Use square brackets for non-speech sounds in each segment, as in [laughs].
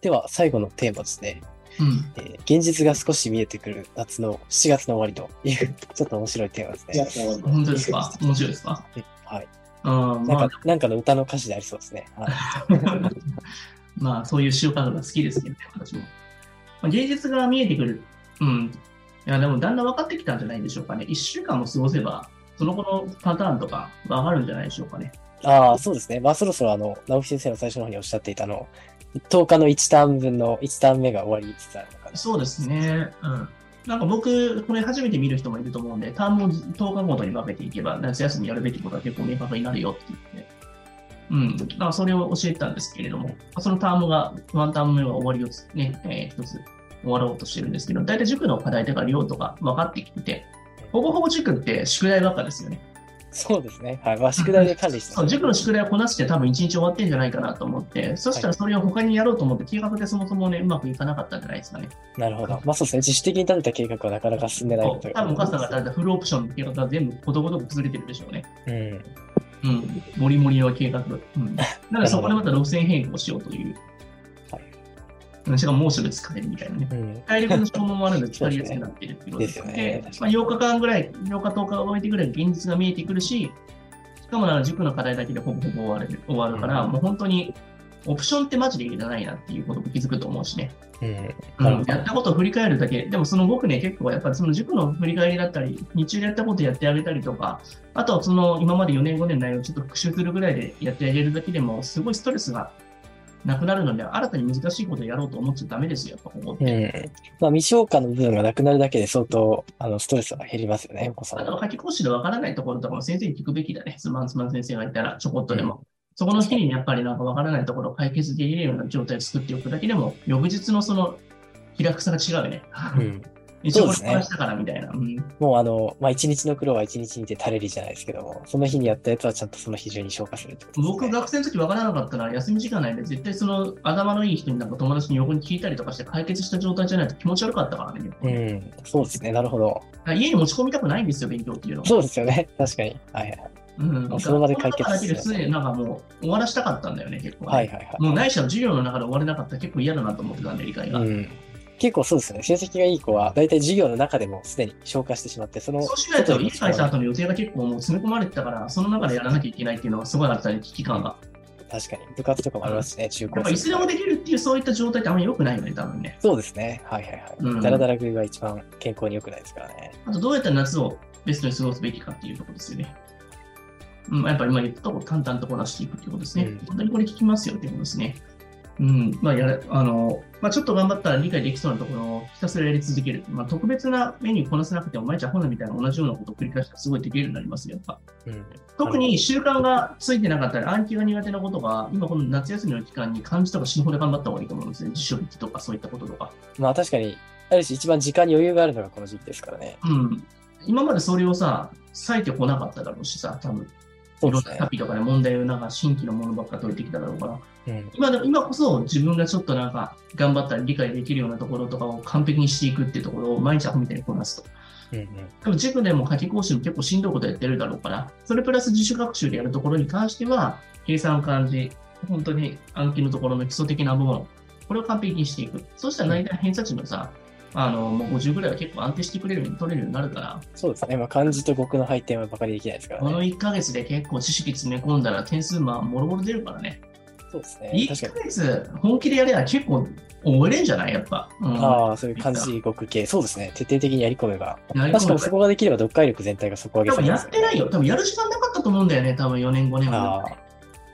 では最後のテーマですね。うん。えー現実が少し見えてくる夏の7月の終わりというちょっと面白いテーマですね。本当ですか面白いですかはい。うん、まなあ [laughs] ん、かなんかの歌の歌詞でありそうですね。はい。まあ、そういう塩辛が好きですけどね、私も。まあ、現実が見えてくる。うん。いや、でも、だんだん分かってきたんじゃないでしょうかね。1週間も過ごせば、その後のパターンとか分かるんじゃないでしょうかね。ああ、そうですね。まあそろそろあの、直木先生の最初の方におっしゃっていたあの、10日の1ターン分の1ターン目が終わりつつあるのかな。そうですね。うん。なんか僕、これ初めて見る人もいると思うんで、ターンを10日ごとに分けていけば、夏休みやるべきことは結構明確になるよって言って、うん。だからそれを教えてたんですけれども、そのターンが、ワンターン目が終わりをつね、えー一つ終わろうとしてるんですけど、大体塾の課題とか量とか分かってきてて、ほぼほぼ塾って宿題ばっかですよね。そうですね。はい。まあ宿題で管理してそまうす。塾の宿題をこなして多分一日終わってんじゃないかなと思って、そしたらそれを他にやろうと思って、計画でそもそもね、うまくいかなかったんじゃないですかね。なるほど。まあそうですね。自主的に立てた計画はなかなか進んでないそことうが多分お母さんが立てたフルオプションの計画が全部ことごとく崩れてるでしょうね。うん。うん。もりもりの計画。 [laughs] うん。だからそこでまた路線変更しようという。はいうん。しかももうすぐ疲れるみたいなね。うん。体力の消耗もあるので疲れやすくなってるっていうことですですよねでまあ、8日間ぐらい、8日10日を終えてぐらい現実が見えてくるし、しかもなんか塾の課題だけでほぼほぼ終わる終わるから、うんもう本当にオプションってマジでいらないなっていうことも気づくと思うしね。うん。うなるほんどやったことを振り返るだけ、でもその僕ね、結構やっぱりその塾の振り返りだったり、日中でやったことやってあげたりとか、あとはその今まで4年5年の内容をちょっと復習するぐらいでやってあげるだけでも、すごいストレスがなくなるので、新たに難しいことをやろうと思っちゃダメですよ、やっぱここっうて。ん。まあ未消化の部分がなくなるだけで相当、あの、ストレスが減りますよね、お子さんあは。の、夏期講師でわからないところとかも先生に聞くべきだね。スマンスマン先生がいたら、ちょこっとでも。そこの日にやっぱりなんかわからないところを解決できるような状態を作っておくだけでも、翌日のその、気楽さが違うよね。うん。一そうで応これすね話したからみたいな。うんもうあの、まあ一日の苦労は一日にて垂れるじゃないですけども、その日にやったやつはちゃんとその日中に消化するってことです、ね。僕、学生の時分からなかったら、休み時間ないで、絶対その頭のいい人になんか友達に横に聞いたりとかして解決した状態じゃないと気持ち悪かったからね。うん、そうですね、なるほど。家に持ち込みたくないんですよ、勉強っていうのは。そうですよね、確かに。はいはいうんあその場で解決学校の中だけですでになんかもう終わらしたかったんだよね、結構ね、はいはいもうないしは授業の中で終われなかったら結構嫌だなと思ってたんで、理解が。はい。うん、結構そうですよね、成績がいい子は、大体授業の中でもすでに消化してしまって、そのそうしないと、外に理解した後の予定が結構もう詰め込まれてたから、その中でやらなきゃいけないっていうのがすごいあったね、危機感が。確かに、部活とかもありますしね、中やっ高ぱいつ生でもできるっていうそういった状態ってあんまり良くないよね、多分ね。そうですね、はいはいはい。うんダラダラ食いが一番健康に良くないですからね。あとどうやったら夏をベストに過ごすべきかっていうところですよね。うん、やっぱり今言ったところ、淡々とこなしていくっていうことですね。うん本当にこれ聞きますよっていうことですね。うん、まあやれ、あの、まあちょっと頑張ったら理解できそうなところをひたすらやり続ける。まあ特別なメニューこなせなくても、毎日アホなみたいな同じようなことを繰り返したらすごいできるようになりますよ、やっぱ。うん、特に習慣がついてなかったり、暗記が苦手なことが、今この夏休みの期間に漢字とか死ぬほど頑張った方がいいと思うんですね。辞書筆記とかそういったこととか。まあ確かに、ある種一番時間に余裕があるのがこの時期ですからね。うん。今までそれをさ、割いてこなかっただろうしさ、多分そいうでろんすなねタ。ピとかで問題をなんか新規のものばっか解いてきただろうから、うん、今でも今こそ自分がちょっとなんか頑張ったり理解できるようなところとかを完璧にしていくっていうところを毎日アホみたいにこなすと。うん、うん。でも塾でも夏期講習も結構しんどいことやってるだろうから、それプラス自主学習でやるところに関しては、計算漢字、本当に暗記のところの基礎的な部分、これを完璧にしていく。そうしたら大体偏差値のさ、あの、もう50ぐらいは結構安定してくれるように取れるようになるから、そうですね、まあ漢字と語の配点はバカにできないですからこのね。 1ヶ月で結構知識詰め込んだら点数まあもろもろ出るからね。そうですね、確1かにヶ。月本気でやれば結構覚えれんじゃないやっぱ。うん、ああ、そういう漢字、語句系、そうですね、徹底的にやり込めば。やり込めば確かにそこができれば、読解力全体が底上げさ多分れやますっよてね。ないよ。多分やる時間なかったと思うんだよね。多分4年、5年あは。あ、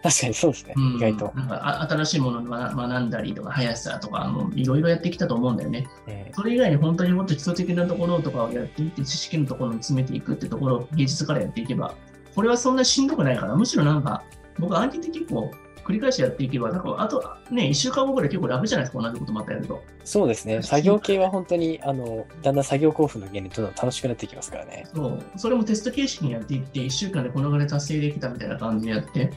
確かにそうですね、うん意外と。なんかあ新しいものを学学んだりとか、速さとか、もういろいろやってきたと思うんだよね。うんそれ以外に本当にもっと基礎的なところとかをやっていって、知識のところに詰めていくってところを芸術からやっていけば、これはそんなしんどくないから、むしろなんか、僕、暗記って結構繰り返しやっていけば、なんかあとね、1週間後ぐらい結構楽じゃないですか、同じことまたやると。そうですね、確か作に業系は本当に、あの、だんだん作業興奮の原理、どんどん楽しくなっていきますからね。そう、それもテスト形式にやっていって、1週間でこのぐらい達成できたみたいな感じでやって、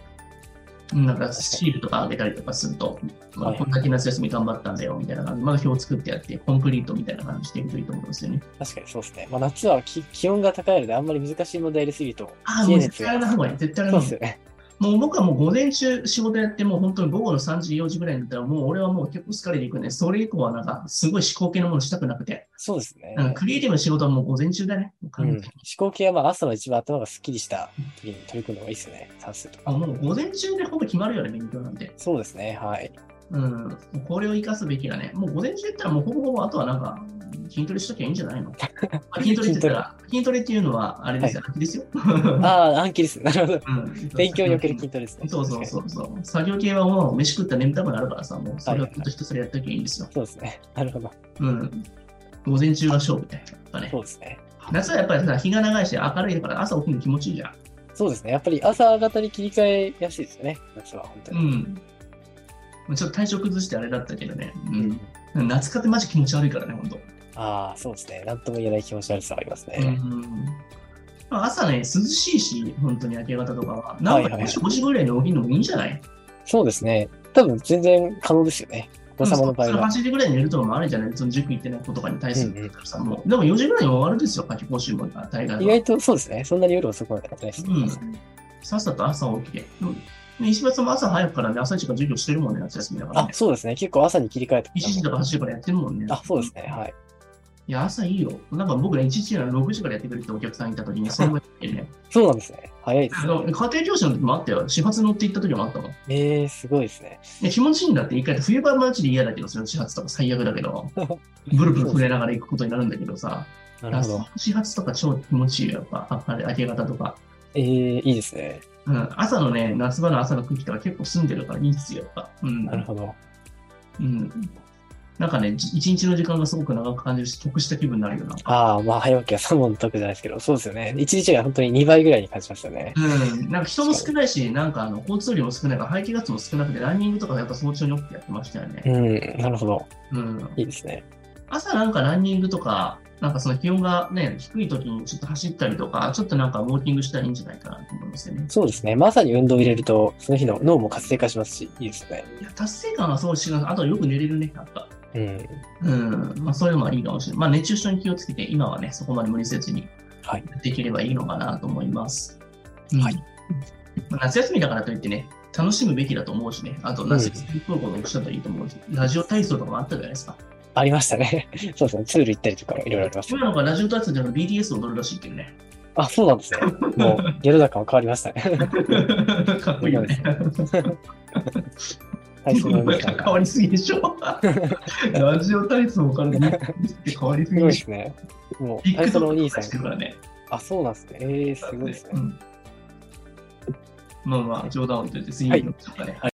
うんなんかシールとかあげたりとかすると、まあ、はいこんだけ夏休み頑張ったんだよみたいな感じで、まだ表を作ってやって、コンプリートみたいな感じしていくといいと思うんですよね。確かにそうですね。まあ、夏はき気温が高いので、あんまり難しい問題入れすぎると、ああ、冷もうえ熱絶対やらないが。方がいい、絶対やらそなうですい方がいよね。もう僕はもう午前中仕事やって、もう本当に午後の3時、4時ぐらいになったら、もう俺はもう結構疲れていくね。それ以降はなんか、すごい思考系のものしたくなくて。そうですね。なんかクリエイティブの仕事はもう午前中だね。もううん、完思全に考系はまあ朝の一番頭がすっきりした時に取り組むのがいいですね。算数とあか。もう午前中でほぼ決まるよね、勉強なんて。そうですね。はい。うん。もうこれを活かすべきだね。もう午前中やったらもうほぼほぼ、あとはなんか、筋トレしときゃいいんじゃ [laughs] ないのあ筋トレって言ったら、筋トレっていうのは、あれですよ、楽ですよ。ああ、暗記です。なるほど。 [laughs] うん勉強における筋トレですね。そうそう確かそうそう。作業系はもう飯食ったら眠たくなるからさ、もうそれをずっとひたすらやっときゃいいんですよに。。そうですね。なるほど。うん。午前中が勝負みたいな。やっぱねそ。うですね。夏はやっぱりさ、日が長いし明るいから朝起きるの気持ちいいじゃん。そうですね。やっぱり朝方に切り替えやすいですよね。夏は本当うに。ん。ちょっと体調崩してあれだったけどね。ううんん。夏かってマジ気持ち悪いからね、ほんと。ああ、そうですね。なんとも言えない気持ち悪さはありますうね。ん。まあ朝ね、涼しいし、本当に明け方とかは。なはんいはいかもし5時ぐらいに起きるのもいいんじゃないそうですね。多分全然可能ですよね。お子様の場合うんは。それ8時ぐらいに寝るともあるじゃないその塾行ってないことかに対するだったらさ、もう。でも4時ぐらいに終わるんですよ、夏季講習も大概は意外とそうですね。そんなに夜遅くまでやってないですね。うんさっさと朝起きて。うんで石橋さんも朝早くからね、朝一から授業してるもんね、夏休みだからあね、。そうですね。結構朝に切り替えた1時とか8時からやってるもんね。あ、そうですね。はい。いや、朝いいよ。なんか僕ね、1時から6時からやってくれってお客さんいた時に、それもやって [laughs] ね。そうなんですね。早いであすのね。家庭教師の時もあったよ。始発乗って行った時もあったもん。いえー、すごいですね。や、気持ちいいんだって、一回冬場はマジで嫌だけど、その始発とか最悪だけど、ブルブル震えながら行くことになるんだけどさ、なるほいやど。始発とか超気持ちいいよ、やっぱ。ああれ明け方とか。えー、いいですね。うん、朝のね、夏場の朝の空気とか結構澄んでるからいいっすよ、やっぱ。うん。なるほど。うん。なんかね、じ一日の時間がすごく長く感じるし、得した気分になるよな。ああ、まあ早起きは3本解くじゃないですけど、そうですよね。1日が本当に2倍ぐらいに感じましたね。うん、なんか人も少ないし、なんかあの交通量も少ないから、排気ガスも少なくて、ランニングとかやっぱ早朝に起きてやってましたようね。ん、なるほど。うん、いいですね。朝なんかランニングとか、なんかその気温がね、低い時にちょっと走ったりとか、ちょっとなんかウォーキングしたらいいんじゃないかなと思いますよね。そうですね。まさに運動を入れると、その日の脳も活性化しますし、いいですね。いや、達成感はそうしなあとよく寝れるね、なんか。うん。うん、まあそういうのはいいかもしれない。まあ熱中症に気をつけて、今はね、そこまで無理せずにはい。できればいいのかなと思います。はいまあ夏休みだからといってね、楽しむべきだと思うしね、あと夏休み高校のしたといいと思うし、ラジオ体操とかもあったじゃないですか。ありましたね。 [laughs] そうですね。ツール行ったりとかいろいろあります。今のがラジオ体操じゃなくて BTS を踊るらしいけ [laughs] どね。あ、そうなんですね。もう、世の中は変わりました [laughs] ね。かっこいいよね。体操の動き変 [laughs] が。 [laughs] わりすぎでしょ。ラジオ体操から BTS って変わりすすぎごいででしょ。すね。もう、体 TikTok 操のおと兄かさんして。るからね。あ、そうなんですね。えー、すごいですねう。んまあまあ、冗談を言ってて、次に行きましょうかね。